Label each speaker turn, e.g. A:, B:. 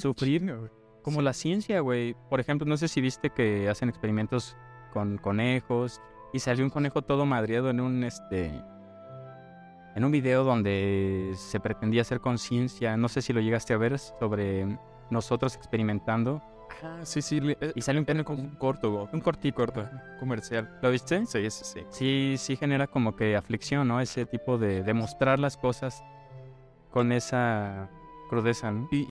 A: sufrir. Como la ciencia, güey. Por ejemplo, no sé si viste que hacen experimentos con conejos y salió un conejo todo madriado en un este en un video donde se pretendía hacer conciencia, no sé si lo llegaste a ver sobre nosotros experimentando
B: Ah, sí, sí. le- eh,
A: y sale un
B: Era como un corto, güey,
A: un cortico,
B: corto comercial.
A: ¿Lo viste?
B: Sí, sí, sí.
A: Sí, sí genera como que aflicción, ¿no? Ese tipo de demostrar las cosas con esa crudeza, ¿no?
B: Y,